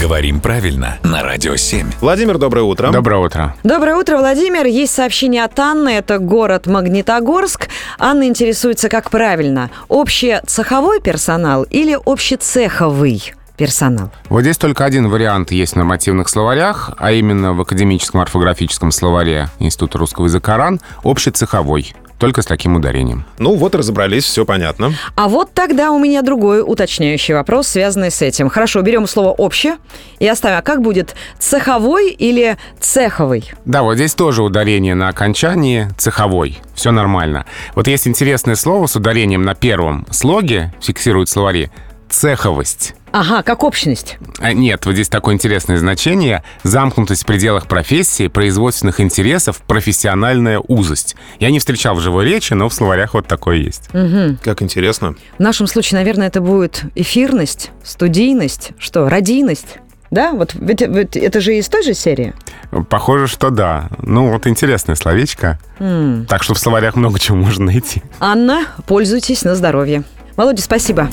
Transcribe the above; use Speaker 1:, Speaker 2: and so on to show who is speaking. Speaker 1: Говорим правильно на Радио 7.
Speaker 2: Владимир, доброе утро.
Speaker 3: Доброе утро.
Speaker 4: Доброе утро, Владимир. Есть сообщение от Анны. Это город Магнитогорск. Анна интересуется, как правильно. Общецеховой персонал или общецеховый персонал?
Speaker 3: Вот здесь только один вариант есть в нормативных словарях, а именно в академическом орфографическом словаре Института русского языка РАН общецеховой, только с таким ударением.
Speaker 2: Ну вот и разобрались, все понятно.
Speaker 4: А вот тогда у меня другой уточняющий вопрос, связанный с этим. Хорошо, берем слово «общее» и оставим. А как будет «цеховой» или «цеховый»?
Speaker 3: Да, вот здесь тоже ударение на окончании цеховой. Все нормально. Вот есть интересное слово с ударением на первом слоге, фиксируют словари, цеховость.
Speaker 4: Ага, как общность.
Speaker 3: А, Нет, вот здесь такое интересное значение. Замкнутость в пределах профессии, производственных интересов, профессиональная узость. Я не встречал в живой речи, но в словарях вот такое есть.
Speaker 2: Как интересно.
Speaker 4: В нашем случае, наверное, это будет эфирность, студийность, что, радийность? Да, вот ведь- ведь это же из той же серии.
Speaker 3: Похоже, что да. Ну, вот интересное словечко. Так что в словарях много чего можно найти.
Speaker 4: Анна, пользуйтесь на здоровье. Володя, спасибо.